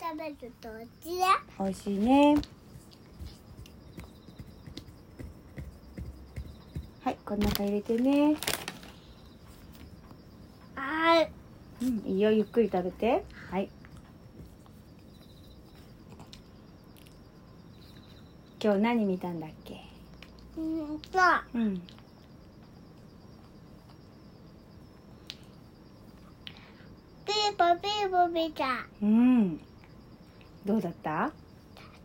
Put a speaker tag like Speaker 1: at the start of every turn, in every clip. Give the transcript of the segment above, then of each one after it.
Speaker 1: 食べるとおちだ。
Speaker 2: 美味しいねはいこの中入れてね
Speaker 1: はい。
Speaker 2: うんいいよゆっくり食べてはい今日何見たんだっけ
Speaker 1: うんと、あ
Speaker 2: うん
Speaker 1: ピーポピーポピーちゃん。
Speaker 2: うんどうだった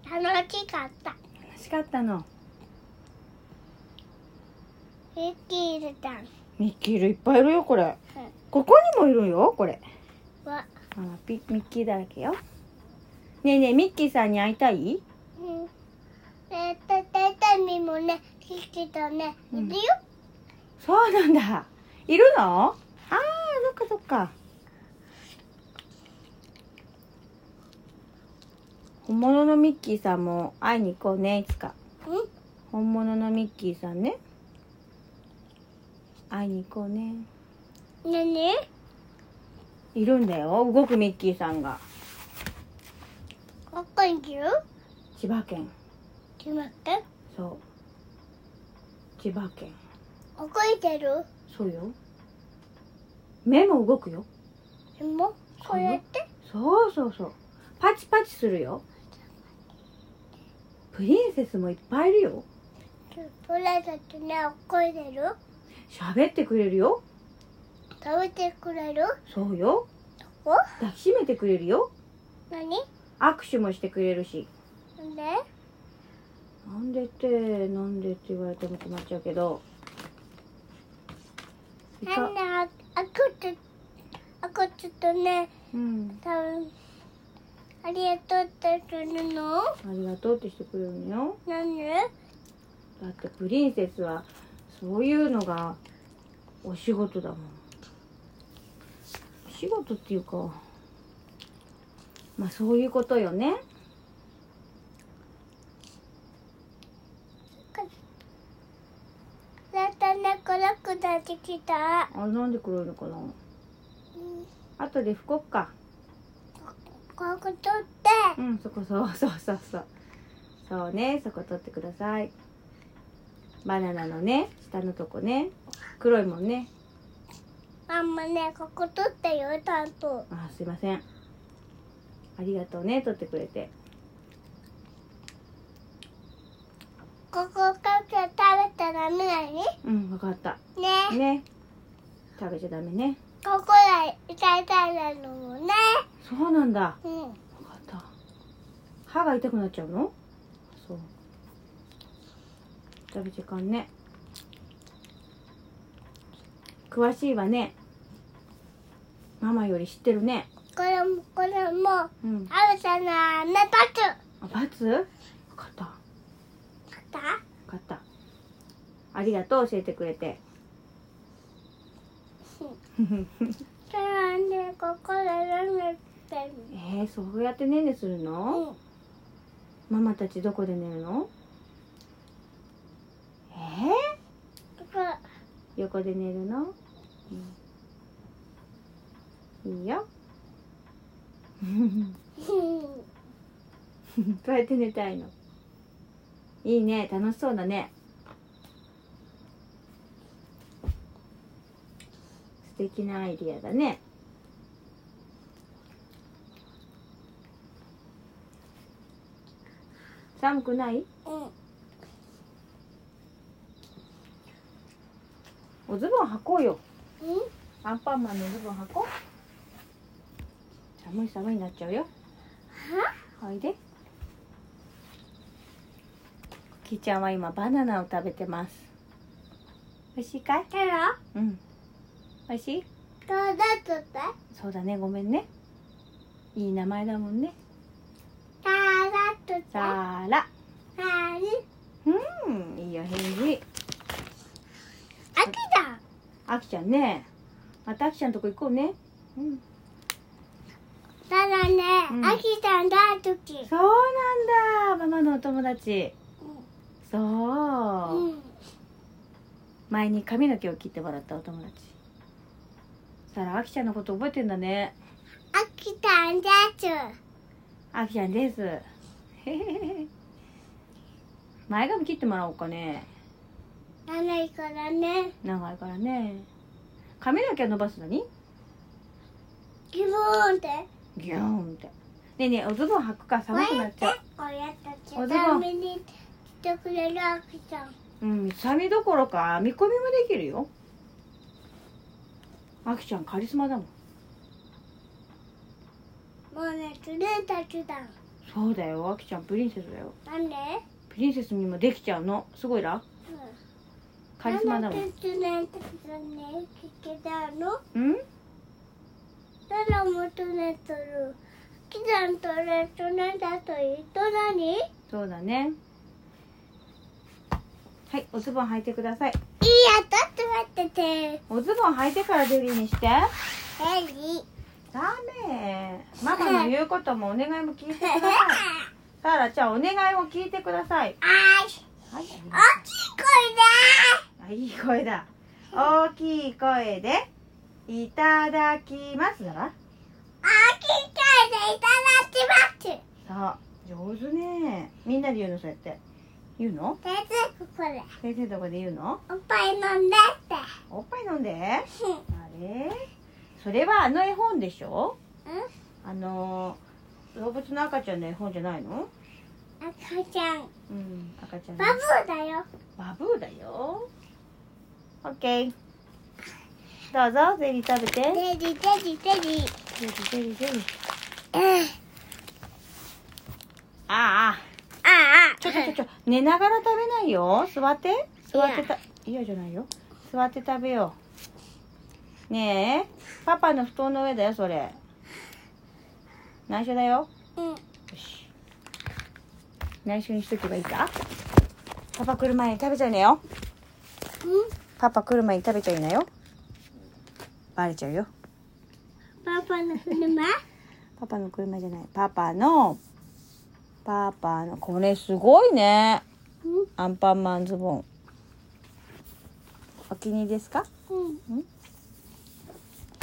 Speaker 1: 楽しかった。
Speaker 2: 楽しかったの
Speaker 1: ミッキールちゃん。
Speaker 2: ミッキーいるいっぱいいるよこれ
Speaker 1: う
Speaker 2: ここにもいるよこれ
Speaker 1: んわ、
Speaker 2: あピミッキーだらけよねえねえミッキーさんに会いたい
Speaker 1: うん。えっと、ててみもね、キキとね、いるよ。
Speaker 2: そうなんだいるのあーそっかそっか本物のミッキーさんも会いに行こうねいつか
Speaker 1: うん。
Speaker 2: 本物のミッキーさんね会いに行こうね
Speaker 1: ねね
Speaker 2: いるんだよ動くミッキーさんが
Speaker 1: どこにいる
Speaker 2: 千葉県
Speaker 1: ちょっと待って。
Speaker 2: そう千葉県
Speaker 1: どこにいてる
Speaker 2: そうよ目も動くよ
Speaker 1: でも、こうやって。
Speaker 2: そうそうそうパチパチするよプリンセスもいっぱいいるよ
Speaker 1: プレゼントね、怒いでる
Speaker 2: 喋ってくれるよ
Speaker 1: 食べてくれる
Speaker 2: そうよ
Speaker 1: お
Speaker 2: 抱きしめてくれるよ
Speaker 1: 何
Speaker 2: 握手もしてくれるし
Speaker 1: なんで
Speaker 2: なんでってなんでって言われても困っちゃうけどい
Speaker 1: な
Speaker 2: か
Speaker 1: んであ、あこち、あこちとね、
Speaker 2: うん
Speaker 1: 多分ありがとうってするの
Speaker 2: ありがとうってしてくれるのよ
Speaker 1: なんで
Speaker 2: だってプリンセスはそういうのがお仕事だもんお仕事っていうかまあそういうことよね
Speaker 1: だったね、暗くなってきた。
Speaker 2: あなんで黒いのかな
Speaker 1: うん
Speaker 2: 後で拭こっか
Speaker 1: こういうことって、
Speaker 2: うんそこそうそうそうそうそうねそこ取ってくださいバナナのね下のとこね黒いもんね
Speaker 1: ママね、ここ取ってよ、ちゃんと。
Speaker 2: あすいませんありがとうね取ってくれて
Speaker 1: ここから食べたらダメなのにね。
Speaker 2: うんわかったね食べちゃダメね
Speaker 1: ここが痛い痛いなのもね。
Speaker 2: そうなんだ
Speaker 1: うん。
Speaker 2: 分かった歯が痛くなっちゃうのそう食べちゃいかんね詳しいわねママより知ってるね
Speaker 1: これも、これも、
Speaker 2: うん
Speaker 1: あるじゃない、目立つ。
Speaker 2: あバツ分かった分
Speaker 1: だ
Speaker 2: かったありがとう教えてくれて
Speaker 1: それはね、ここで飲めてる。
Speaker 2: えー、そうやってねんねするの、
Speaker 1: うん。
Speaker 2: ママたちどこで寝るのえー、
Speaker 1: ここ、
Speaker 2: 横で寝るの、いいよ
Speaker 1: うん。
Speaker 2: そうやって寝たいのいいね楽しそうだね素敵なアイディアだね寒くない
Speaker 1: うん。
Speaker 2: おズボン履こうよ
Speaker 1: うん。
Speaker 2: アンパンマンのズボン履こう寒い寒いになっちゃうよおいでキイちゃんは今バナナを食べてます美味しいかい
Speaker 1: だよ。
Speaker 2: うん美味しい
Speaker 1: どうだっとって。
Speaker 2: そうだねごめんねいい名前だもんね
Speaker 1: さあだっとって。さ
Speaker 2: さーら
Speaker 1: あに。
Speaker 2: うんいいよ返事
Speaker 1: あきだ。
Speaker 2: あきちゃんねまたあきちゃんとこ行こうねうん
Speaker 1: ただね、
Speaker 2: うん
Speaker 1: あきだんだとき。
Speaker 2: そうなんだママのお友達そう、
Speaker 1: うん。
Speaker 2: 前に髪の毛を切ってもらったお友達さらあきちゃんのこと覚えてんだね
Speaker 1: あきだんだと。
Speaker 2: あきちゃんです 前髪切ってもらおうかね
Speaker 1: 長いからね
Speaker 2: 長いからね髪だけは伸ばすのに
Speaker 1: ギブーンって
Speaker 2: ギューンってねえねえおズボン履くから寒くなっちゃう
Speaker 1: こうやって
Speaker 2: お
Speaker 1: 手
Speaker 2: ズボン
Speaker 1: 紙にしてくれるあきちゃん
Speaker 2: うん見サみどころか見込みもできるよあきちゃんカリスマだもん
Speaker 1: もうねずるいたちだ
Speaker 2: そうだよあきちゃんプリンセスだよ
Speaker 1: なんで
Speaker 2: プリンセスにもできちゃうのすごいらカリスマだも
Speaker 1: なんんでずるいたちだね聞けたの
Speaker 2: うん
Speaker 1: ただもとねとるきちゃんとねとねだと言うと何いい
Speaker 2: そうだねはいおズボン履いてください
Speaker 1: やだって待っててえ
Speaker 2: おズボン履いてからデビューにして
Speaker 1: い
Speaker 2: ダメママの言うこともお願いも聞いて くださいサーラちゃんお願いを聞いてください
Speaker 1: あい
Speaker 2: はい
Speaker 1: 大きい声
Speaker 2: あいい声だ大きい声でいただきますだな
Speaker 1: だ大きい声でいただきます
Speaker 2: さあ上手ねみんなで言うのそうやって言うの
Speaker 1: 先生これ
Speaker 2: 先生のとこで言うの
Speaker 1: おっぱい飲んでって
Speaker 2: おっぱい飲んであれそれはあの絵本でしょ
Speaker 1: う
Speaker 2: あのー動物の赤ちゃんの絵本じゃないの
Speaker 1: ん赤ちゃん
Speaker 2: うん赤ちゃんの
Speaker 1: バブーだよ
Speaker 2: バブーだよオッケーどうぞゼリー食べて
Speaker 1: デリデリデリ
Speaker 2: ゼリーゼリーゼリー
Speaker 1: うんあ
Speaker 2: ああ
Speaker 1: あ
Speaker 2: ちょっとちょっと寝ながら食べないよ座って座ってたいやじゃないよ座って食べようねえパパの布団の上だよそれ内緒だよ
Speaker 1: うん
Speaker 2: よし内緒にしとけばいいかパパ来る前に食べちゃいなよパパ来る前に食べちゃいなよバレちゃうよ
Speaker 1: パパの車
Speaker 2: パパの車じゃないパパのパパのこれすごいね
Speaker 1: うん
Speaker 2: アンパンマンズボンお気に入りですか
Speaker 1: うん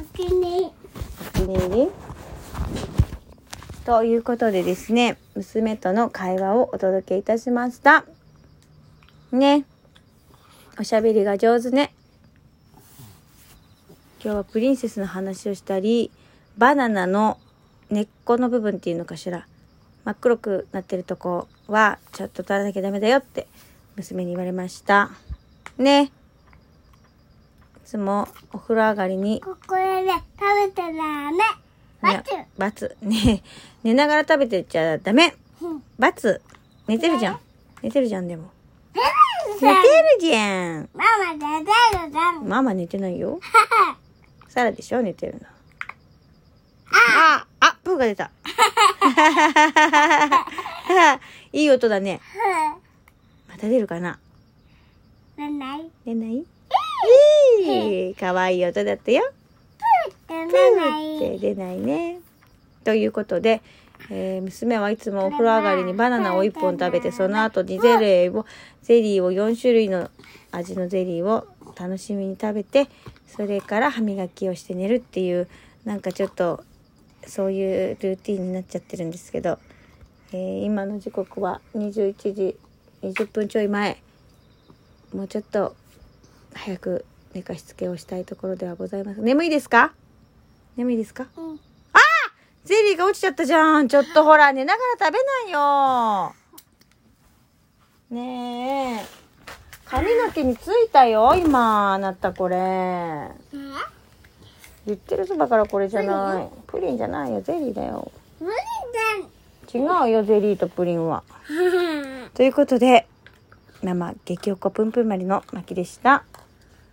Speaker 1: お気に入り
Speaker 2: お気に入りということでですね娘との会話をお届けいたしましたねおしゃべりが上手ね今日はプリンセスの話をしたりバナナの根っこの部分っていうのかしら真っ黒くなってるとこはちょっと取らなきゃダメだよって娘に言われましたねいつもお風呂上がりに
Speaker 1: ここでね食べたらねバツ
Speaker 2: ね罰。 ねえ寝ながら食べてちゃダメ。
Speaker 1: うん
Speaker 2: 罰。寝てるじゃん。寝てるじゃん、でも。
Speaker 1: うん
Speaker 2: 寝てるじゃん。
Speaker 1: ママ出てるだん
Speaker 2: ママ寝てない よ。サラでしょ、寝てるの。ああ、あ、プーが出た。 いい音だね。また出るかな。
Speaker 1: なんない
Speaker 2: 出ないえいかわいい音だったよ。
Speaker 1: なん
Speaker 2: プー
Speaker 1: な
Speaker 2: っ
Speaker 1: い
Speaker 2: て出ないね。ということで、えー娘はいつもお風呂上がりにバナナを1本食べて、その後にゼリーを、ゼリーを4種類の味のゼリーを楽しみに食べて、それから歯磨きをして寝るっていう、なんかちょっと、そういうルーティンになっちゃってるんですけど、えー今の時刻は21時20分ちょい前。もうちょっと早く寝かしつけをしたいところではございます。眠いですか眠いですか
Speaker 1: うん
Speaker 2: ゼリーが落ちちゃったじゃん。ちょっとほら、寝ながら食べないよ。ねえ。髪の毛についたよ、今。あなたこれ。言ってるそばからこれじゃない。プリンじゃないよ、ゼリーだよ。
Speaker 1: 無理
Speaker 2: 違うよ、ゼリーとプリンは。
Speaker 1: だん
Speaker 2: ということで、ママ、激おこぷんぷんまりのまきでした。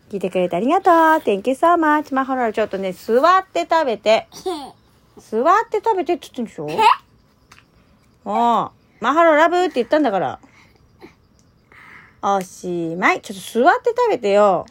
Speaker 2: 聞いてくれてありがとう。Thank you so much. まほら、ちょっとね、座って食べて。座って食べてって言ってんでしょおうマハロラブって言ったんだから。おしまい。ちょっと座って食べてよ。